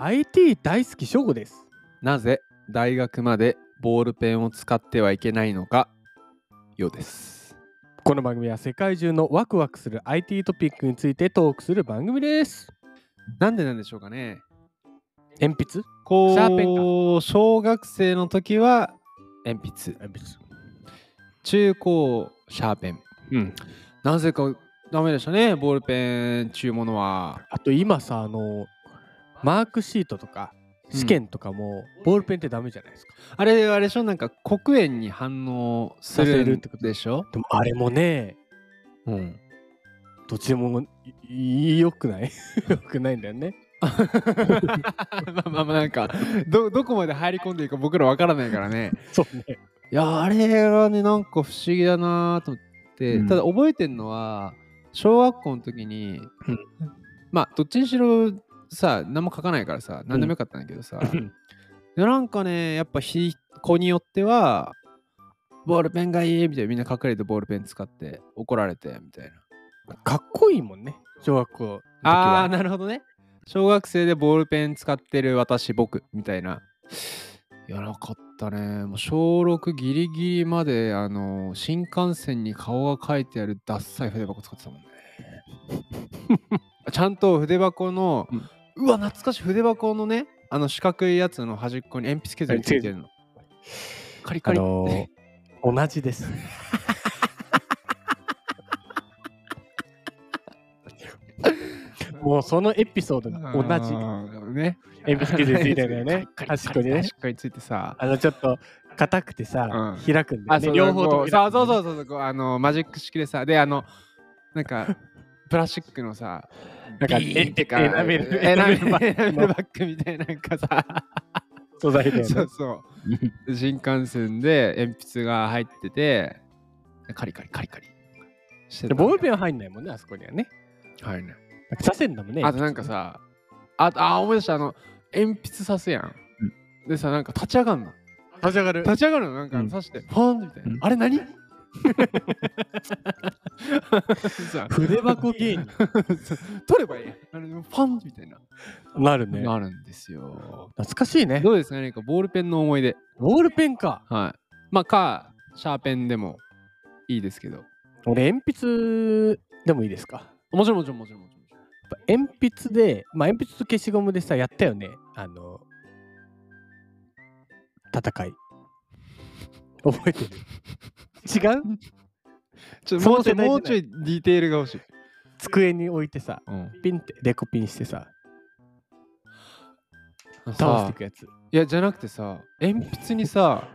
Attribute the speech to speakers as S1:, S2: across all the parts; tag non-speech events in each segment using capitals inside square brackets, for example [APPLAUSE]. S1: IT 大好きショゴです
S2: なぜ大学までボールペンを使ってはいけないのかようです
S1: この番組は世界中のワクワクする IT トピックについてトークする番組です
S2: なんでなんでしょうかね
S1: 鉛筆
S2: こ
S1: シャーペン
S2: う小学生の時は鉛筆
S1: 鉛筆
S2: 中高シャーペン
S1: うん
S2: なぜかダメでしたねボールペン中ものは
S1: あと今さあのマークシートとか
S2: うん
S1: 試験とかも、ボールペンってダメじゃないですか
S2: あれあれでしょなんか黒鉛に反応す
S1: させ
S2: る
S1: るっ
S2: ん
S1: てこと
S2: でしょ、
S1: でもあれもね
S2: うん、
S1: どっちでもいいよくない [LAUGHS] よくないんだよね
S2: [LAUGHS] まあまあまあなんかどどこまで入り込んでいいか僕らわからないからね
S1: そうね
S2: いやあれはねなんか不思議だなと思って、
S1: うん
S2: ただ覚えてるのは小学校の時に、
S1: うん
S2: まあどっちにしろさ何も書かないからさ何でもよかったんだけどさ、
S1: うん
S2: でなんかねやっぱ日子によってはボールペンがいいみたいなみんな隠れてボールペン使って怒られてみたいな
S1: [LAUGHS] かっこいいもんね小学校の時は
S2: あーなるほどね小学生でボールペン使ってる私僕みたいないやなかったねもう小6ギリギリまであの新幹線に顔が書いてあるダッサい筆箱使ってたもんねちゃんと筆箱の、うわ懐かしい筆箱のねあの四角いやつの端っこに鉛筆削りついてるのカリカ
S1: あ
S2: リって、
S1: のー同じです。もうそのエピソードが同じ。
S2: じね
S1: 鉛筆削りついてるんだよね
S2: カリカリ
S1: 端っこにね
S2: 端っこについてさ
S1: あのちょっと硬くてさ、
S2: う
S1: 開くんだ
S2: あ、
S1: よね。
S2: そう
S1: 両方とも
S2: こうそうそう
S1: う。
S2: そうそうこうあのマジック式でさであのなん
S1: [LAUGHS]
S2: かプラスチックのさ
S1: なんか
S2: ビーンってか
S1: えエナメル
S2: エナメル
S1: エ [LAUGHS] ナメル
S2: エナメルバッグみたいななん
S1: [LAUGHS]
S2: かさ
S1: 素材で、ね。
S2: そうそう新幹線で鉛筆が入っててカリカリカリカリして
S1: でボールペ
S2: ン
S1: ンは入んないもんね、あそこにはね。
S2: はいね
S1: 刺せんだもんね。
S2: あとなんかさああ思い出したあの鉛筆刺すやん、でさなんか立ち上がんの
S1: 立ち上がる。
S2: 立ち上がるのなんか
S1: うん
S2: 刺して、ファーンみたいな、 [LAUGHS]
S1: うん
S2: あれ何さ
S1: 筆箱芸人。
S2: [LAUGHS] 取ればいいやんあれパンみたいな、
S1: なるね。
S2: なるんですよ
S1: 懐かしいね
S2: [LAUGHS] ど。うですか何かボールペンの思い出
S1: ボールペンか。
S2: はいまあかシャーペンでもいいですけど
S1: 俺、鉛筆でもいいですか。
S2: もちろんもちろんもちろんもちろん
S1: 鉛筆で、まあ、鉛筆と消しゴムでさやったよねあの戦い覚え [LAUGHS] てる違う
S2: ちょ
S1: そ
S2: も
S1: の
S2: うち
S1: 世代じゃ
S2: ょい
S1: ない
S2: もうちょいディテールが欲しい、
S1: 机に置いてさ
S2: うん、
S1: ピンってデコピンしてさ倒し
S2: さ
S1: て
S2: あ
S1: いくやつ
S2: いやじゃなくてさ鉛筆にさ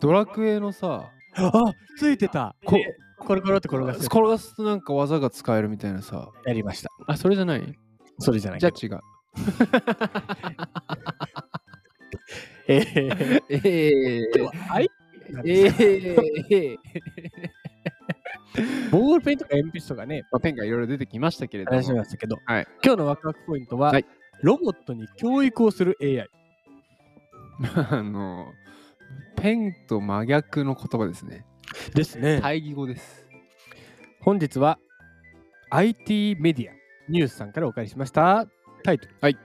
S2: ドラクエのさ
S1: あついてたこ
S2: こ
S1: コロコロって転がす
S2: 転がすとなんか技が使えるみたいなさ
S1: やりました
S2: あそれじゃない
S1: それじゃない
S2: じゃ
S1: けど
S2: あ違う
S1: えー、
S2: [LAUGHS] ええ
S1: でもあい
S2: ええ
S1: ボールペンとか鉛筆とかね
S2: [LAUGHS] まあ、ペンがいろいろ出てきましたけれども
S1: 話しましたけど、
S2: はい
S1: 今日のワクワクポイントは、
S2: はい
S1: ロボットに教育をする AI
S2: [LAUGHS] あのペンと真逆の言葉ですね。
S1: です
S2: [LAUGHS]
S1: ね
S2: 対義語です。
S1: 本日は IT メディアニュースさんからお借りしましたタイトル
S2: はい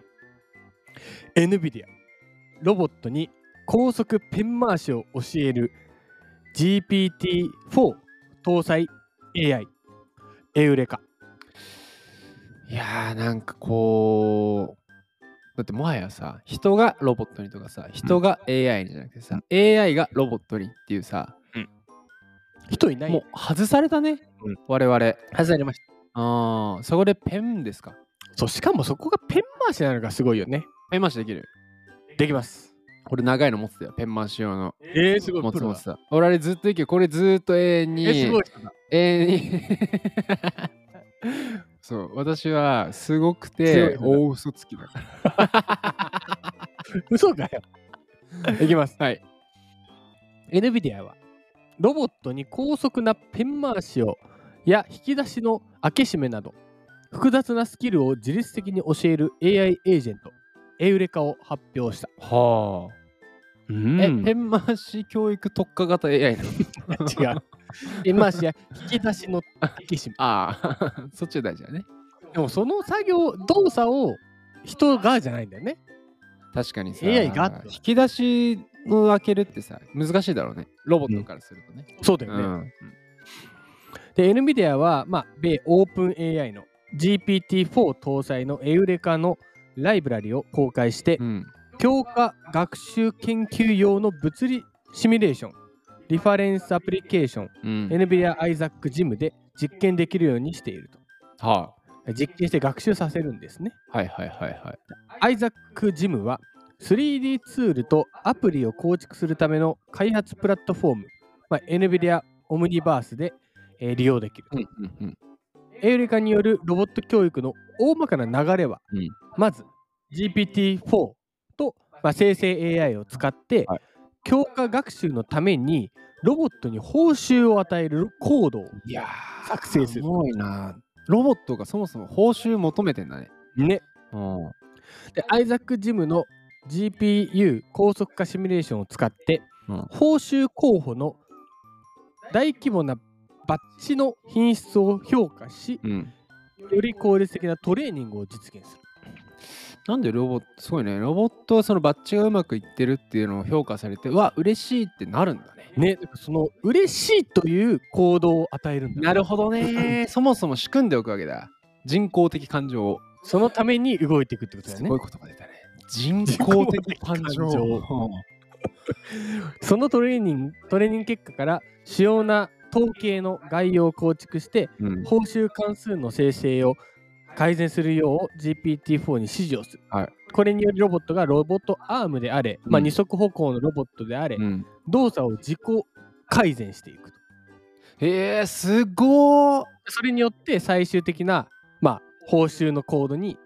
S1: 「NVIDIA ロボットに高速ペン回しを教える GPT-4 搭載 AI エウレカ
S2: いやーなんかこうだってもはやさ人がロボットにとかさ人が AI にじゃなくてさ、AI がロボットにっていうさ、」
S1: 人いない
S2: もう外されたね、
S1: うん
S2: 我々。
S1: 外されまし
S2: あーそこでペンですか
S1: たそうしかもそこがペン回しなのがすごいよね
S2: ペン回しできる
S1: できます
S2: 俺長いの持ってたよペン回し用の
S1: えー、すご
S2: 持
S1: い
S2: つ
S1: プ
S2: 持
S1: ロ
S2: ってた俺あれずっといけるこれずーっと永遠に
S1: えすごい
S2: 永遠に [LAUGHS] そう私はすごく
S1: 強い
S2: て
S1: のだ
S2: 大嘘つきだか
S1: 嘘かよ [LAUGHS] いきます
S2: らはい
S1: NVIDIA はロボットに高速なペン回しをや引き出しの開け閉めなど複雑なスキルを自律的に教える AI エージェントエウレカを発表した。
S2: はあえ、ペン回し教育特化型 AI なの
S1: [LAUGHS]
S2: [LAUGHS]
S1: 違う。ペン回しや引き出しの開け閉
S2: ああ [LAUGHS] そっちが大事だね
S1: め。でもその作業動作を人がじゃないんだよね。
S2: 確かにさ、
S1: AI が
S2: 引き出しを開けるってさ、難しいだろうね。ロボットからするとね。
S1: そうだよね。で、NVIDIA は、まあ、米 OpenAI の GPT-4 搭載のエウレカのライブラリを公開して、
S2: うん。うん
S1: 強化学習研究用の物理シミュレーション、リファレンスアプリケーション、
S2: うん。
S1: NVIDIA Isaac Gym で実験できるようにしていると。
S2: は
S1: 実験して学習させるんですね。
S2: あはいはいはいはい。
S1: Isaac Gym は 3D ツールとアプリを構築するための開発プラットフォーム、まあ、NVIDIA Omniverse で、えー利用できる。
S2: うんうんうん。
S1: エウレカによるロボット教育の大まかな流れは、
S2: うん
S1: まず GPT-4 と、まあ、生成 AI を使って、
S2: はい
S1: 強化学習のためにロボットに報酬を与えるコードを
S2: いやー、
S1: 作成する
S2: ごいな。ロボットがそもそも報酬求めてんだね。
S1: ね。
S2: うん。う
S1: で、アイザック・ジムの GPU 高速化シミュレーションを使って、
S2: うん
S1: 報酬候補の大規模なバッチの品質を評価し、
S2: ん。
S1: より効率的なトレーニングを実現する。
S2: なんでロボット、すごいね。ロボットはそのバッチがうまくいってるっていうのを評価されて、うわ、嬉しいってなるんだね。
S1: ね、その嬉しいという行動を与えるんだ。
S2: なるほど [LAUGHS] ね。そもそも仕組んでおくわけだ。人工的感情を。
S1: そのために動いていくってことだよ
S2: す
S1: ね
S2: ご。いことが出たね。人工的感情。
S1: 人そのトレーニング、トレーニング結果から主要な統計の概要を構築して、
S2: うん
S1: 報酬関数の生成を改善するよう GPT-4 に指示をする、
S2: はい
S1: これによりロボットがロボットアームであれ、まあ、
S2: うん
S1: 二足歩行のロボットであれ、
S2: うん
S1: 動作を自己改善していくと
S2: へえ、すごー
S1: それによって最終的な、まあ、報酬のコードに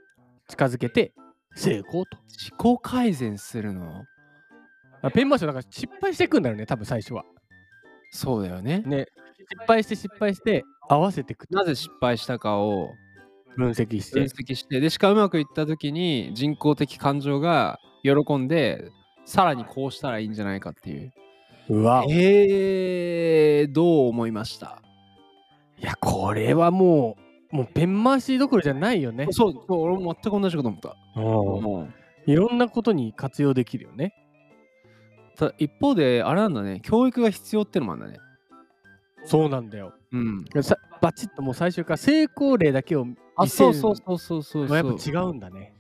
S1: 近づけて成功と、
S2: 自己改善するの
S1: まあペンマーションだから失敗していくんだろうね多分最初は
S2: そうだよね。
S1: ね失敗して失敗して合わせていくと
S2: なぜ失敗したかを
S1: 分析して
S2: 分析して、でしかうまくいった時に人工的感情が喜んで、さらにこうしたらいいんじゃないかっていう。
S1: うわい
S2: えー、どう思いました
S1: やこれはもうもうペン回しどころじゃないよね
S2: そう、そう俺も全く同じこと思った。うん
S1: いろんなことに活用できるよね。
S2: ただ一方で、あれなんだね、教育が必要ってのもあるんだね。
S1: そうなんだよ。
S2: うん。
S1: さバチッともう最初から成功例だけを見
S2: あ、
S1: せ
S2: そう
S1: る
S2: そうそうそうそう
S1: の
S2: そ
S1: は
S2: う。
S1: やっぱ違うんだね。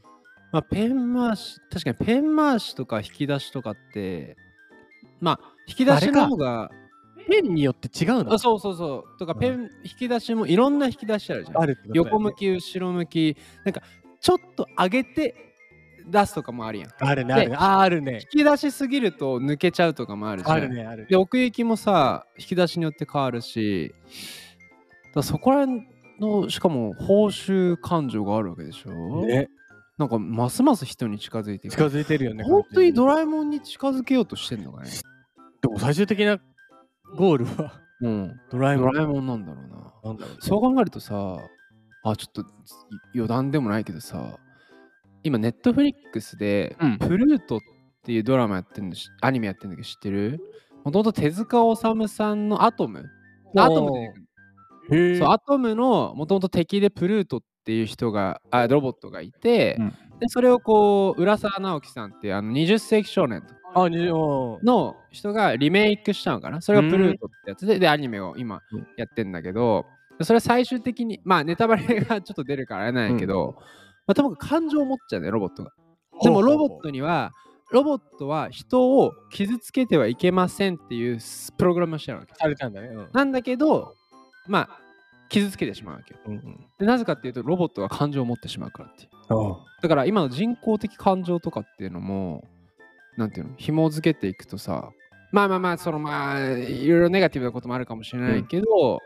S2: まあ、ペン回し、確かにペン回しとか引き出しとかって、まあ、引き出しの方が、
S1: ペンによって違うの
S2: あそうそうそう、とか
S1: うん
S2: ペン、引き出しもいろんな引き出しあるじゃん。
S1: あるってことだよね
S2: 横向き、後ろ向き、なんか、ちょっと上げて出すとかもあるやん。
S1: あるねあるね。
S2: で
S1: ああるね。
S2: 引き出しすぎると抜けちゃうとかもあるじゃん。
S1: あるねあるね。
S2: で、奥行きもさ、引き出しによって変わるし、だからそこら辺の、しかも報酬感情があるわけでしょ。
S1: ね
S2: なんか、ますます人に近づいていく
S1: 近。づいてるよね。
S2: 本当にド
S1: ラ
S2: ラえもんに近づけようとしてんのかね。
S1: でも最終的なゴールは
S2: うん。
S1: [LAUGHS] ドラえ
S2: ド
S1: もん
S2: ラえもんなんだろうな。
S1: なんだろうね。
S2: そう考えるとさ、あ、ちょっとい余談でもないけどさ、今、ネットフリックスで、
S1: うん
S2: プルートっていうドラマやってるのし、アニメやってるんだけど知ってるもともと手塚治虫さんのアトム。アトム出てくる
S1: へえ。
S2: そうアトムのもともと敵でプルートっていう人があロボットがいて、
S1: うん
S2: でそれをこう浦沢直樹さんっていうあの20世紀少年と
S1: あにおー
S2: の人がリメイクしたのかなそれがプルートってやつで,、でアニメを今
S1: うん
S2: やってんだけどそれ最終的にまあネタバレがちょっと出るからあれなんやけど、まあ、ともかく感情を持っちゃうんだよロボットがでも
S1: ほうほ
S2: ロ
S1: うほ
S2: ボ
S1: う
S2: ットにはロボットは人を傷つけてはいけませんっていうプログラムをしてるわけ
S1: されたんだね。うん
S2: なんだけどまあ傷つけてしまうわけよ
S1: うんうん
S2: でなぜかっていうとロボットが感情を持ってしまうからっていう
S1: あ
S2: だから今の人工的感情とかっていうのもなんていうの紐付けていくとさまあまあまあそのまあいろいろネガティブなこともあるかもしれないけど、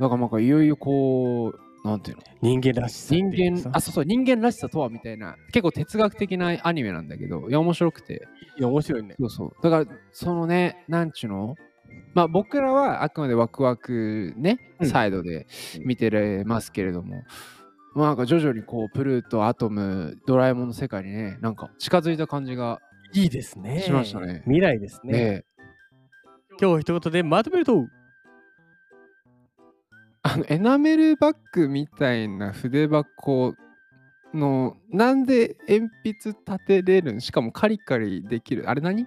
S2: なんかなんかいよいよこうなんていうの
S1: 人間らしさって
S2: 人
S1: いうか
S2: 間
S1: さ。
S2: あそうそう人間らしさとはみたいな結構哲学的なアニメなんだけどいや面白くて
S1: いや面白いね。
S2: そうそうだからそのねなんちゅうのまあ僕らはあくまでワクワクね、
S1: うん
S2: サイドで見てれますけれども、まあなんか徐々にこうプルートアトムドラえもんの世界にねなんか近づいた感じが
S1: いいですね。
S2: しましたね
S1: 未来ですね。
S2: ね
S1: 今日一言でまとめると、
S2: あのエナメルバッグみたいな筆箱のなんで鉛筆立てれるんしかもカリカリできるあれ何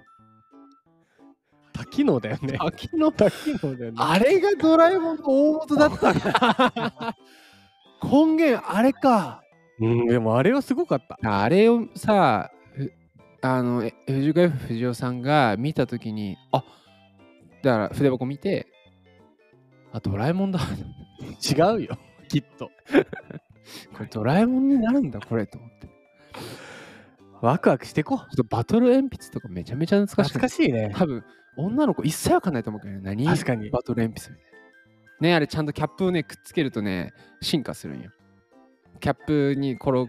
S1: 多機能だよね。
S2: 多機能
S1: 多機能だよね。
S2: あれがドラえもんの大元だったんだ [LAUGHS] 根源あれか
S1: [LAUGHS] うん、でもあれはすごかった。
S2: あれをさふあのえ藤岡不二雄さんが見た時にあだから筆箱見てあドラえもんだ [LAUGHS]
S1: 違うよ、きっ [LAUGHS] と。
S2: これドラえもんになるんだこれと思ってちょ
S1: ワクワクしてこう。
S2: っとバトル鉛筆とかめちゃめちゃ懐かし
S1: 懐
S2: く
S1: か
S2: て
S1: しいね。
S2: 多分女の子一切わかんないと思うけどね何
S1: 確かに。
S2: バトル鉛筆みたいな。ねあれちゃんとキャップをねくっつけるとね進化するんよ。キャップにころ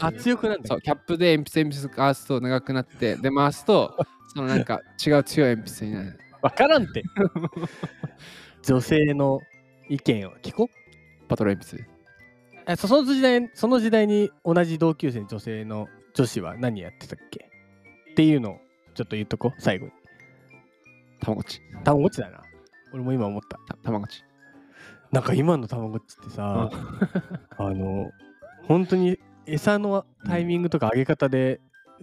S1: あ、強くなんだ
S2: そうキャップで鉛筆鉛筆回すと長くなってで回すとそのなんか違う強い鉛筆になる。
S1: わからん [LAUGHS] って。女性の意見を聞こう
S2: バトル鉛筆。
S1: えそその時代。その時代に同じ同級生の女性の女子は何やってたっけっていうのをちょっと言っとこう、最後に。
S2: たまごっち。
S1: たまごっちだな。俺も今思った。
S2: たたまごっち。
S1: なんか今のたまごっちってさ、あの、本当に餌のタイミングとか上げ方で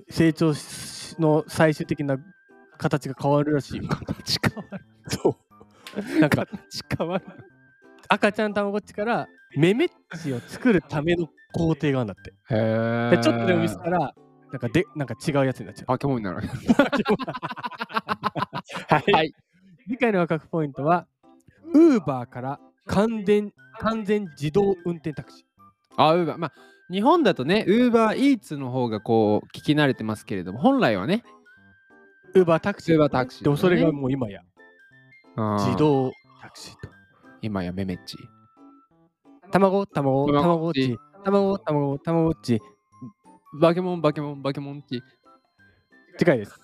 S1: 成長しの最終的な形が変わるらしいよ。
S2: 形変わる。
S1: そう。なんか
S2: 形変わる。
S1: 赤ちゃんたまごっちからメメッチを作るための工程があるんだって。
S2: へー
S1: でちょっとでも見せたら、なんかでなんか違うやつになっちゃう。
S2: 化け物になる。
S1: はい
S2: はい
S1: 次回のワクワクポイントは、ウーバーから完全完全自動運転タクシー。
S2: あ、ウーバー。まあ、日本だとね、ウーバーイーツの方がこう、聞き慣れてますけれども、本来はね、
S1: ウーバータクシー。
S2: Uber タクシー
S1: でもそれがもう今や、
S2: うん
S1: 自動タクシーと。
S2: 今やメメッチ。
S1: 卵、卵、
S2: 卵
S1: 卵
S2: っ
S1: っ
S2: ち
S1: ち。卵、卵、卵っち。
S2: バケモン、バケモン、バケモンっち。
S1: 次回です。